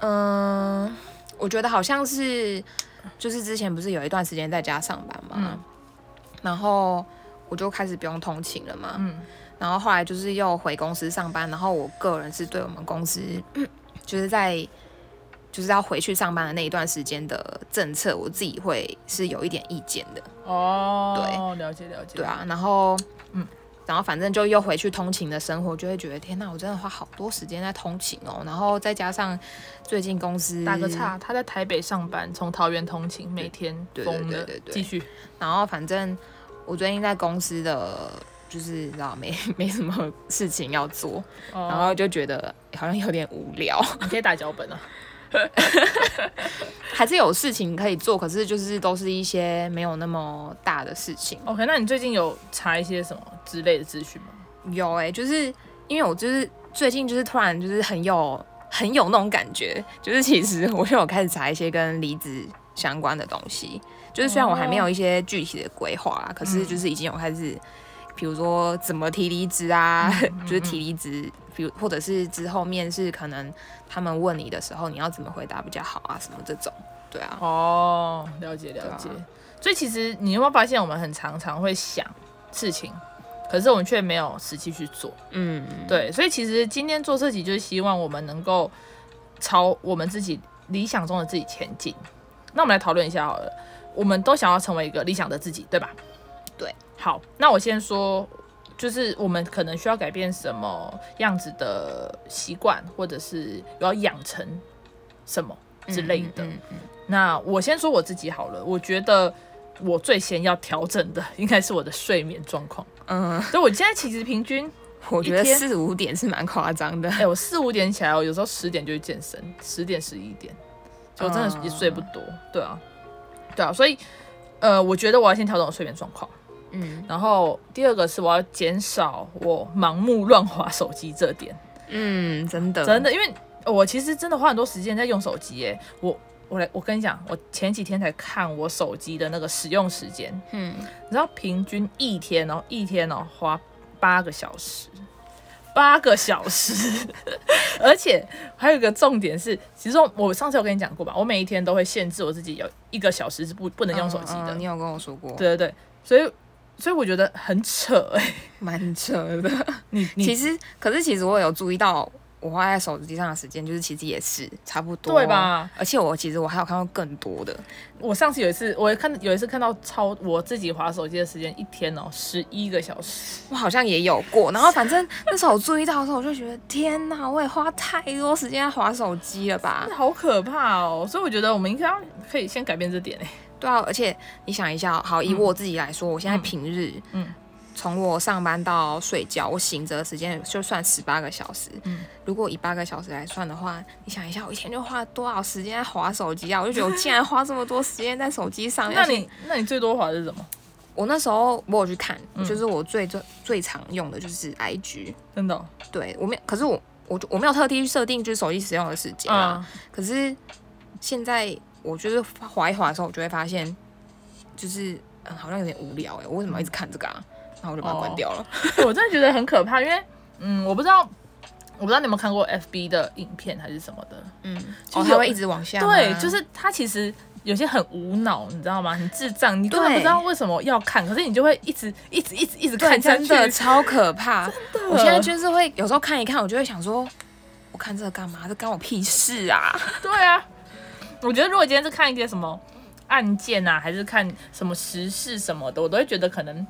[SPEAKER 2] 嗯，我觉得好像是，就是之前不是有一段时间在家上班嘛，
[SPEAKER 1] 嗯
[SPEAKER 2] 然后我就开始不用通勤了嘛，
[SPEAKER 1] 嗯
[SPEAKER 2] 然后后来就是又回公司上班，然后我个人是对我们公司 [CLEARS THROAT] 就是在就是要回去上班的那一段时间的政策，我自己会是有一点意见的，
[SPEAKER 1] 哦，对，了解了解，
[SPEAKER 2] 对，啊，然后
[SPEAKER 1] 嗯
[SPEAKER 2] 嗯。然后反正就又回去通勤的生活，就会觉得天呐，我真的花好多时间在通勤哦。然后再加上最近公司
[SPEAKER 1] 打个岔，他在台北上班，从桃园通勤，每天
[SPEAKER 2] 对对
[SPEAKER 1] 疯
[SPEAKER 2] 对
[SPEAKER 1] 的
[SPEAKER 2] 对，对
[SPEAKER 1] 继续，
[SPEAKER 2] 然后反正我最近在公司的，就是你知道没 [LAUGHS] 没什么事情要做，然
[SPEAKER 1] 哦，
[SPEAKER 2] 后就觉得好像有点无聊，
[SPEAKER 1] 你可以打脚本啊，
[SPEAKER 2] 还是有事情可以做，可是就是都是一些没有那么大的事情。
[SPEAKER 1] OK，那你最近有查一些什么之类的资讯吗？
[SPEAKER 2] 有哎、就是因为我就是最近就是突然就是很有很有那种感觉，就是其实我就有开始查一些跟离职相关的东西，就是虽然我还没有一些具体的规划啦，可是就是已经有开始，比如说怎么提离职啊，就是提离职，比如或者是之后面试可能他们问你的时候，你要怎么回答比较好啊，什么这种，对啊，
[SPEAKER 1] 哦，了解了解。
[SPEAKER 2] 对啊
[SPEAKER 1] 所以其实你有没有发现，我们很常常会想事情，可是我们却没有实际去做。
[SPEAKER 2] 嗯，
[SPEAKER 1] 对，所以其实今天做这集就是希望我们能够朝我们自己理想中的自己前进。那我们来讨论一下好了，我们都想要成为一个理想的自己，对吧？
[SPEAKER 2] 对。
[SPEAKER 1] 好，那我先说，就是我们可能需要改变什么样子的习惯，或者是有要养成什么之类的。
[SPEAKER 2] 嗯嗯嗯
[SPEAKER 1] 那我先说我自己好了，我觉得我最先要调整的应该是我的睡眠状况。
[SPEAKER 2] 嗯，
[SPEAKER 1] 所以我现在其实平均，
[SPEAKER 2] [LAUGHS] 我觉得
[SPEAKER 1] 一天
[SPEAKER 2] 四五点是蛮夸张
[SPEAKER 1] [LAUGHS]
[SPEAKER 2] 的
[SPEAKER 1] 哎、，我四五点起来，我有时候十点就去健身，十点十一点，就我真的
[SPEAKER 2] 嗯
[SPEAKER 1] 也睡不多。对啊，对啊，所以呃，我觉得我要先调整我睡眠状况。
[SPEAKER 2] 嗯
[SPEAKER 1] 然后第二个是我要减少我盲目乱划手机这点，
[SPEAKER 2] 嗯，真的
[SPEAKER 1] 真的，因为我其实真的花很多时间在用手机耶。我我来，我跟你讲，我前几天才看我手机的那个使用时间，
[SPEAKER 2] 嗯。
[SPEAKER 1] 你知道平均一天哦，一天哦花八个小时，八个小时， [LAUGHS] 而且还有一个重点是，其实我上次有跟你讲过吧，我每一天都会限制我自己有一个小时是不不能用手机的，
[SPEAKER 2] 嗯嗯你有跟我说过，，
[SPEAKER 1] 对对对，所以所以我觉得很扯哎、
[SPEAKER 2] 蛮扯的。
[SPEAKER 1] 你 [LAUGHS] 你
[SPEAKER 2] 其实，可是其实我有注意到，我花在手机上的时间，就是其实也是差不多，
[SPEAKER 1] 对？吧？
[SPEAKER 2] 而且我其实我还有看到更多的，
[SPEAKER 1] 我上次有一次，我看有一次看到超我自己划手机的时间一天哦，十一个小时。
[SPEAKER 2] 我好像也有过。然后反正那时候我注意到的时候，我就觉得天哪，我也花太多时间在划手机了吧？
[SPEAKER 1] 好可怕哦！所以我觉得我们应该要可以先改变这点哎。
[SPEAKER 2] 对啊，而且你想一下，好，以我自己来说，我现在平日，
[SPEAKER 1] 嗯
[SPEAKER 2] 嗯。从我上班到睡觉，我醒着的时间就算十八个小时。
[SPEAKER 1] 嗯
[SPEAKER 2] 如果以八个小时来算的话，你想一下，我一天就花了多少时间在划手机啊？我就觉得我竟然花这么多时间在手机上。
[SPEAKER 1] [LAUGHS] 那
[SPEAKER 2] 啊而且
[SPEAKER 1] 你那你最多划的是什么？
[SPEAKER 2] 我那时候我有去看，就是我最最最常用的就是 IG，
[SPEAKER 1] 真的哦
[SPEAKER 2] 对我没有，可是我我就我没有特地去设定就是手机使用的时间啊。
[SPEAKER 1] 啊？
[SPEAKER 2] 可是现在我就是划一划的时候，我就会发现，就是嗯好像有点无聊哎、我为什么要一直看这个啊？然后我就
[SPEAKER 1] 哦
[SPEAKER 2] 把它关掉了。
[SPEAKER 1] [LAUGHS] 我真的觉得很可怕，因为嗯，我不知道，我不知道你有没有看过 FB 的影片还是什么的。
[SPEAKER 2] 嗯，
[SPEAKER 1] 就
[SPEAKER 2] 哦，
[SPEAKER 1] 是
[SPEAKER 2] 它
[SPEAKER 1] 有
[SPEAKER 2] 会一直往下吗。
[SPEAKER 1] 对，就是它其实有些很无脑，你知道吗？很智障，你根本
[SPEAKER 2] 对
[SPEAKER 1] 不知道为什么要看，可是你就会一直一直一直一直
[SPEAKER 2] 对，
[SPEAKER 1] 看下
[SPEAKER 2] 真
[SPEAKER 1] 去。
[SPEAKER 2] 的超可怕。我现在就是会有时候看一看，我就会想说，我看这个干嘛？这干我屁事啊！
[SPEAKER 1] [LAUGHS] 对啊，我觉得如果今天是看一些什么案件啊，还是看什么时事什么的，我都会觉得可能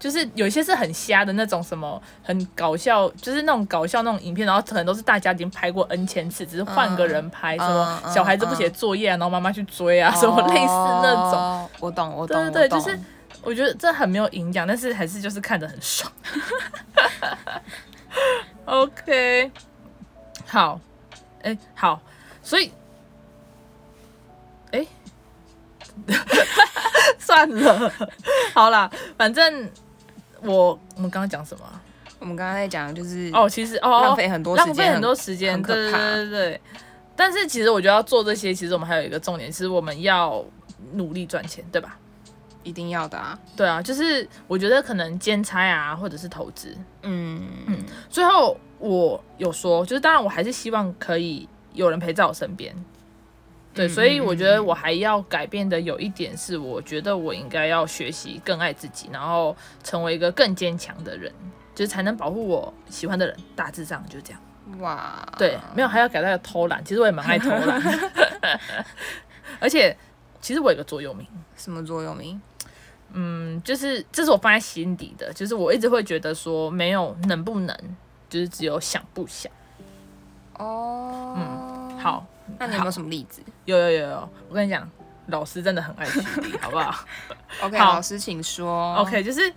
[SPEAKER 1] 就是有一些是很瞎的那种，什么很搞笑，就是那种搞笑那种影片，然后可能都是大家已经拍过 N 千次，只是换个人拍，什么
[SPEAKER 2] 嗯
[SPEAKER 1] 小孩子不写作业啊，然后妈妈去追啊，什么类似那种。
[SPEAKER 2] 哦，我懂，我懂，
[SPEAKER 1] 哦对对对，
[SPEAKER 2] 我懂
[SPEAKER 1] 就是我觉得这很没有营养，但是还是就是看着很爽。OK，好，哎、好，所以，哎、 [LAUGHS] 算了，好啦，反正我我们刚刚讲什么啊？
[SPEAKER 2] 我们刚刚在讲就是
[SPEAKER 1] 哦，其实哦，哦
[SPEAKER 2] 浪费很多时间，
[SPEAKER 1] 浪费很多时间，
[SPEAKER 2] 很
[SPEAKER 1] 对
[SPEAKER 2] 可
[SPEAKER 1] 对
[SPEAKER 2] 怕
[SPEAKER 1] 对对对。但是其实我觉得要做这些，其实我们还有一个重点，是我们要努力赚钱，对吧？
[SPEAKER 2] 一定要的啊。
[SPEAKER 1] 对啊，就是我觉得可能兼差啊，或者是投资。
[SPEAKER 2] 嗯
[SPEAKER 1] 最后我有说，就是当然我还是希望可以有人陪在我身边。对，所以我觉得我还要改变的有一点是，我觉得我应该要学习更爱自己，然后成为一个更坚强的人，就是才能保护我喜欢的人。大致上就这样。
[SPEAKER 2] 哇，
[SPEAKER 1] 对，没有还要改到偷懒，其实我也蛮爱偷懒的， [LAUGHS] 而且其实我有个座右铭，
[SPEAKER 2] 什么座右铭？
[SPEAKER 1] 嗯，就是这是我放在心底的，就是我一直会觉得说没有能不能，就是只有想不想。
[SPEAKER 2] 哦，嗯，
[SPEAKER 1] 好，
[SPEAKER 2] 那你有没有什么例子
[SPEAKER 1] 有有有有，我跟你讲，老师真的很爱举
[SPEAKER 2] [LAUGHS]
[SPEAKER 1] 例，好不好
[SPEAKER 2] ？OK，
[SPEAKER 1] 好
[SPEAKER 2] 老师请说。
[SPEAKER 1] ？OK，就是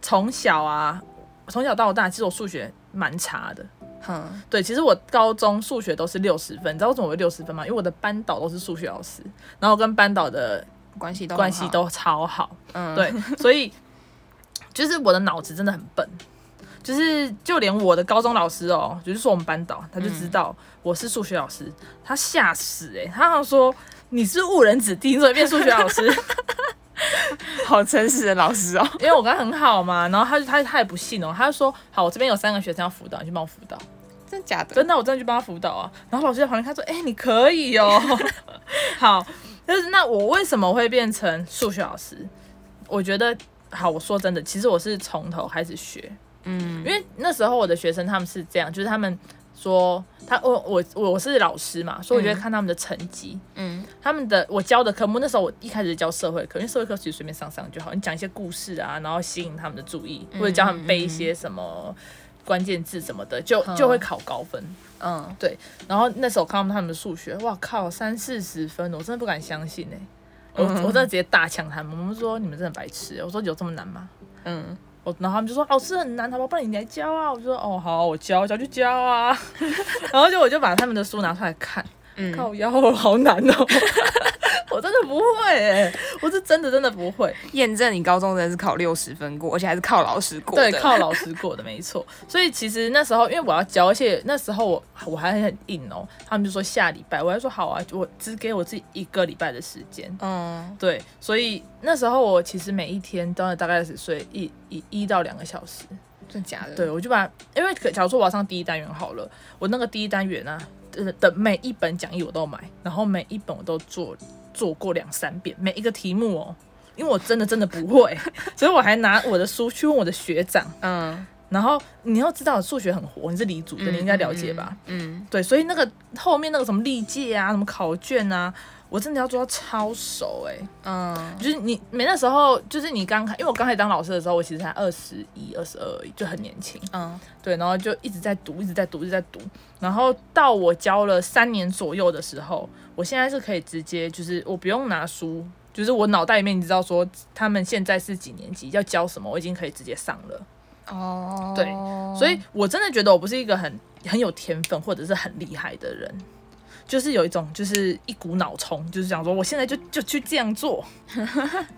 [SPEAKER 1] 从小啊，从小到大，其实我数学蛮差的。
[SPEAKER 2] 哼，
[SPEAKER 1] 对，其实我高中数学都是六十分，你知道为什么我六十分吗？因为我的班导都是数学老师，然后我跟班导的
[SPEAKER 2] 关系都很
[SPEAKER 1] 关系
[SPEAKER 2] 好
[SPEAKER 1] 都超好，
[SPEAKER 2] 嗯
[SPEAKER 1] 对，所以就是我的脑子真的很笨，就是就连我的高中老师哦，就是说我们班导，他就知道我是数学老师，他吓死哎、他好像说你是误人子弟，你怎么变数学老师？ [LAUGHS]
[SPEAKER 2] 好诚实的老师哦。
[SPEAKER 1] 因为我跟他很好嘛，然后他就他他也不信哦，他就说好，我这边有三个学生要辅导，你去帮我辅导。
[SPEAKER 2] [LAUGHS] 真假的？
[SPEAKER 1] 真的，我真的去帮他辅导啊。然后老师在旁边看说：“哎、你可以哦。” [LAUGHS] 好，就是那我为什么会变成数学老师？我觉得好，我说真的，其实我是从头开始学，
[SPEAKER 2] 嗯
[SPEAKER 1] 因为那时候我的学生他们是这样，就是他们说他我我我是老师嘛，所以我就会看他们的成绩。
[SPEAKER 2] 嗯
[SPEAKER 1] 他们的我教的科目，那时候我一开始教社会课，因为社会课其实随便上上就好，你讲一些故事啊，然后吸引他们的注意，或者教他们背一些什么关键字什么的，就就会考高分。
[SPEAKER 2] 嗯，
[SPEAKER 1] 对，然后那时候看到他们的数学，哇靠，三四十分，我真的不敢相信哎、我我真的直接大呛他们，我们说你们真的很白痴、欸我说有这么难吗？
[SPEAKER 2] 嗯，
[SPEAKER 1] 我哦然后他们就说老师很难，好吧，不然你来教啊。我就说哦好，我教教就教啊。 [LAUGHS] 然后就我就把他们的书拿出来看，
[SPEAKER 2] 嗯
[SPEAKER 1] [LAUGHS] 靠腰好难哦， [LAUGHS] 我真的不会哎、我是真的真的不会。
[SPEAKER 2] 验证你高中真的是考六十分过，而且还是靠老师过的。
[SPEAKER 1] 对，靠老师过的，没错。所以其实那时候，因为我要教，而且那时候我我还很硬哦。他们就说下礼拜，我还说好啊，我只给我自己一个礼拜的时间。
[SPEAKER 2] 嗯
[SPEAKER 1] 对，所以那时候我其实每一天都要大概只睡一一一到两个小时。，
[SPEAKER 2] 真的假的？
[SPEAKER 1] 对，，我就把，因为可假如说我要上第一单元好了，我那个第一单元啊呃的每一本讲义我都买，然后每一本我都做做过两三遍，每一个题目哦，因为我真的真的不会， [LAUGHS] 所以我还拿我的书去问我的学长。
[SPEAKER 2] 嗯
[SPEAKER 1] 然后你要知道数学很活，你是理组的，你应该了解吧？
[SPEAKER 2] 嗯，
[SPEAKER 1] 对，所以那个后面那个什么历届啊，什么考卷啊，我真的要做到超熟哎、
[SPEAKER 2] 嗯
[SPEAKER 1] 就是你没那时候，就是你刚开，因为我刚开始当老师的时候，我其实才二十一、二十二而已，就很年轻。
[SPEAKER 2] 嗯
[SPEAKER 1] 对，然后就一直在读，一直在读，一直在读。然后到我教了三年左右的时候，我现在是可以直接，就是我不用拿书，就是我脑袋里面你知道说他们现在是几年级，要教什么，我已经可以直接上了。
[SPEAKER 2] 哦，
[SPEAKER 1] 对所以我真的觉得我不是一个很很有天分或者是很厉害的人，就是有一种就是一股脑冲，就是想说我现在就就去这样
[SPEAKER 2] [LAUGHS]
[SPEAKER 1] 做。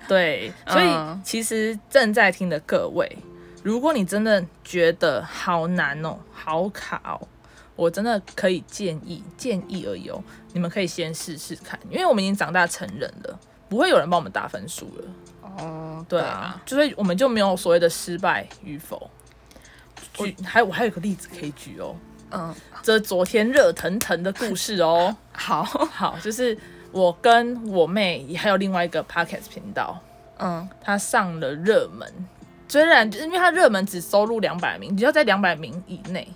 [SPEAKER 1] 对，所以
[SPEAKER 2] 嗯
[SPEAKER 1] 其实正在听的各位，如果你真的觉得好难哦，好卡哦。我真的可以建议，建议而已哦，你们可以先试试看，因为我们已经长大成人了，不会有人帮我们打分数了，
[SPEAKER 2] 哦，
[SPEAKER 1] 对啊，，就是我们就没有所谓的失败与否。我还有我还有一个例子可以举哦，
[SPEAKER 2] 嗯，
[SPEAKER 1] 这昨天热腾腾的故事 [LAUGHS] 哦。
[SPEAKER 2] 好， [LAUGHS]
[SPEAKER 1] 好，就是我跟我妹还有另外一个 Pockets 频道，
[SPEAKER 2] 嗯
[SPEAKER 1] 她上了热门，虽然就是因为她热门只收录两百名，只要在两百名以内，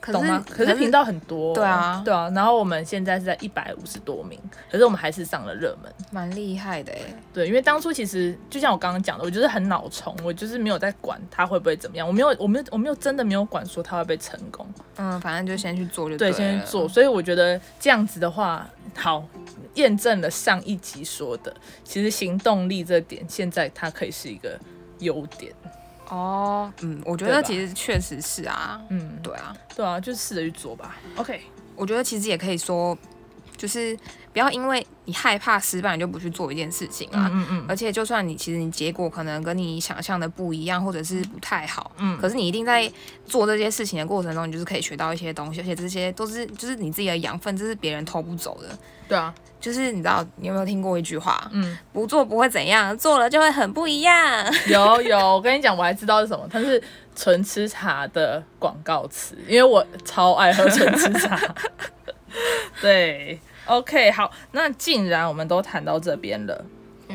[SPEAKER 2] 可
[SPEAKER 1] 懂
[SPEAKER 2] 是
[SPEAKER 1] 吗？可是频道很多、
[SPEAKER 2] 对啊
[SPEAKER 1] 对啊。然后我们现在是在一百五十多名，可是我们还是上了热门。
[SPEAKER 2] 蛮厉害的哎，
[SPEAKER 1] 对，因为当初其实就像我刚刚讲的，我就是很脑虫，我就是没有在管它会不会怎么样，我没有，我没有，我没有真的没有管说它会不会成功。
[SPEAKER 2] 嗯，反正就先去做就
[SPEAKER 1] 对，啊
[SPEAKER 2] 了
[SPEAKER 1] 先去做。所以我觉得这样子的话，好验证了上一集说的，其实行动力这点，现在它可以是一个优点。
[SPEAKER 2] 哦，嗯，我觉
[SPEAKER 1] 对
[SPEAKER 2] 得
[SPEAKER 1] 吧
[SPEAKER 2] 其实确实是啊，
[SPEAKER 1] 嗯，
[SPEAKER 2] 对啊，
[SPEAKER 1] 对啊，就试着去做吧。OK，
[SPEAKER 2] 我觉得其实也可以说，就是不要因为你害怕失败你就不去做一件事情啊。
[SPEAKER 1] 嗯嗯嗯，
[SPEAKER 2] 而且，就算你其实你结果可能跟你想象的不一样，或者是不太好，
[SPEAKER 1] 嗯
[SPEAKER 2] 可是你一定在做这些事情的过程中，你就是可以学到一些东西，而且这些都是就是你自己的养分，这是别人偷不走的。
[SPEAKER 1] 对啊，
[SPEAKER 2] 就是你知道，你有没有听过一句话？
[SPEAKER 1] 嗯，
[SPEAKER 2] 不做不会怎样，做了就会很不一样。
[SPEAKER 1] [LAUGHS] 有有，我跟你讲，我还知道是什么，它是纯吃茶的广告词，因为我超爱喝纯吃茶。对，OK，好，那既然我们都谈到这边了。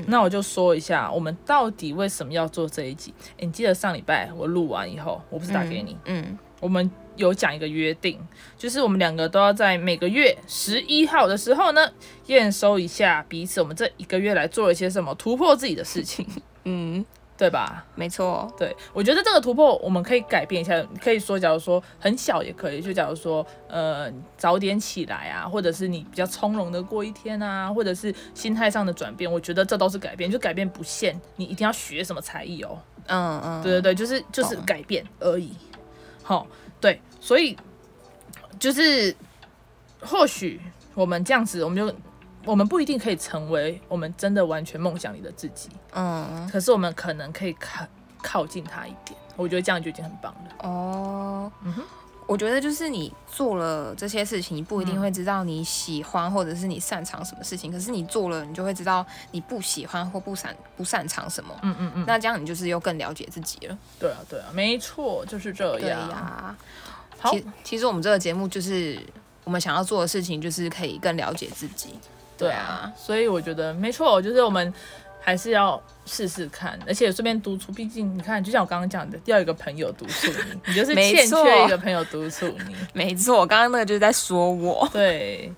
[SPEAKER 1] 那我就说一下，我们到底为什么要做这一集？诶你记得上礼拜我录完以后，我不是打给你，
[SPEAKER 2] 嗯，
[SPEAKER 1] 我们有讲一个约定，就是我们两个都要在每个月十一号的时候呢，验收一下彼此我们这一个月来做了一些什么突破自己的事情，
[SPEAKER 2] 嗯，
[SPEAKER 1] 对吧？
[SPEAKER 2] 没错。
[SPEAKER 1] 对，我觉得这个突破我们可以改变一下，可以说，假如说很小也可以，就假如说，呃，早点起来啊，或者是你比较从容的过一天啊，或者是心态上的转变，我觉得这都是改变，就改变不限你一定要学什么才艺哦，
[SPEAKER 2] 嗯嗯，
[SPEAKER 1] 对对对，就是就是
[SPEAKER 2] 懂
[SPEAKER 1] 改变而已，好、对，所以就是或许我们这样子，我们就我们不一定可以成为我们真的完全梦想里的自己，
[SPEAKER 2] 嗯
[SPEAKER 1] 可是我们可能可以靠靠近他一点，我觉得这样就已经很棒了。
[SPEAKER 2] 哦，
[SPEAKER 1] 嗯哼
[SPEAKER 2] 我觉得就是你做了这些事情，你不一定会知道你喜欢或者是你擅长什么事情，可是你做了，你就会知道你不喜欢或不擅不擅长什么。
[SPEAKER 1] 嗯嗯嗯，
[SPEAKER 2] 那这样你就是又更了解自己了。
[SPEAKER 1] 对啊对啊，没错，就是这
[SPEAKER 2] 对
[SPEAKER 1] 样。
[SPEAKER 2] 呀、
[SPEAKER 1] 好，啊
[SPEAKER 2] 其其实我们这个节目就是我们想要做的事情，就是可以更了解自己。
[SPEAKER 1] 对
[SPEAKER 2] 对
[SPEAKER 1] 啊
[SPEAKER 2] 啊，
[SPEAKER 1] 所以我觉得没错，就是我们还是要试试看，而且顺便督促，毕竟你看，就像我刚刚讲的，要有一个朋友督促你，你就是
[SPEAKER 2] 没
[SPEAKER 1] 欠
[SPEAKER 2] 错
[SPEAKER 1] 缺一个朋友督促你。
[SPEAKER 2] 没错，刚刚那个就是在说我。
[SPEAKER 1] 对，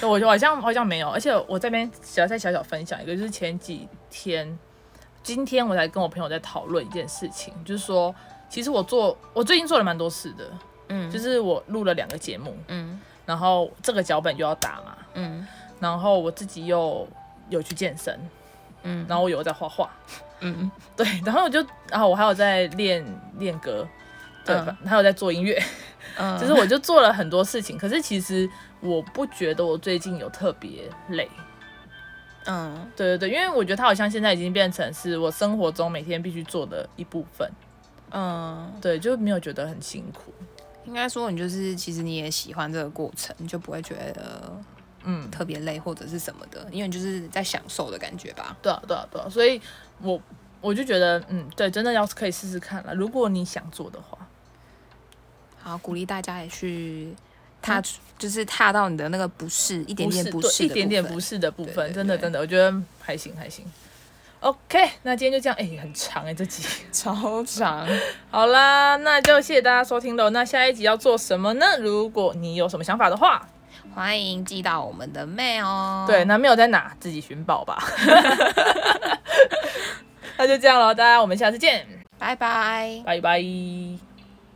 [SPEAKER 1] 对我好像好像没有，而且我这边只要再小小分享一个，就是前几天，今天我才跟我朋友在讨论一件事情，就是说，其实我做我最近做了蛮多事的，
[SPEAKER 2] 嗯，
[SPEAKER 1] 就是我录了两个节目，
[SPEAKER 2] 嗯
[SPEAKER 1] 然后这个脚本就要打嘛，
[SPEAKER 2] 嗯
[SPEAKER 1] 然后我自己又有去健身，
[SPEAKER 2] 嗯
[SPEAKER 1] 然后我有在画画，
[SPEAKER 2] 嗯
[SPEAKER 1] [LAUGHS] 对，然后我就，然后我还有在练练歌，对，
[SPEAKER 2] 嗯
[SPEAKER 1] 还有在做音乐，
[SPEAKER 2] 嗯，
[SPEAKER 1] 就是我就做了很多事情，可是其实我不觉得我最近有特别累。
[SPEAKER 2] 嗯
[SPEAKER 1] 对对对，因为我觉得它好像现在已经变成是我生活中每天必须做的一部分，
[SPEAKER 2] 嗯，
[SPEAKER 1] 对，就没有觉得很辛苦。
[SPEAKER 2] 应该说你就是其实你也喜欢这个过程，你就不会觉得
[SPEAKER 1] 嗯，
[SPEAKER 2] 特别累或者是什么的，因为你就是在享受的感觉吧。
[SPEAKER 1] 对啊对啊对啊，所以我我就觉得，嗯，对，真的要可以试试看了，如果你想做的话。
[SPEAKER 2] 好，鼓励大家也去踏出，就是踏到你的那个不适，一点点
[SPEAKER 1] 嗯不
[SPEAKER 2] 不
[SPEAKER 1] 对
[SPEAKER 2] 适，
[SPEAKER 1] 一点点不
[SPEAKER 2] 适。
[SPEAKER 1] 适的部
[SPEAKER 2] 对
[SPEAKER 1] 分，
[SPEAKER 2] 对
[SPEAKER 1] 真的
[SPEAKER 2] 对
[SPEAKER 1] 真的，我觉得还行还行。OK，那今天就这样，哎、很长哎、这集。 [LAUGHS]
[SPEAKER 2] 超长。
[SPEAKER 1] 好啦，那就谢谢大家收听喽。那下一集要做什么呢？如果你有什么想法的话，
[SPEAKER 2] 欢迎寄到我们的 mail 哦。
[SPEAKER 1] 对，，那没有在哪，自己寻宝吧。 [LAUGHS] 那就这样喽，大家，我们下次见，
[SPEAKER 2] 拜拜。
[SPEAKER 1] 拜拜。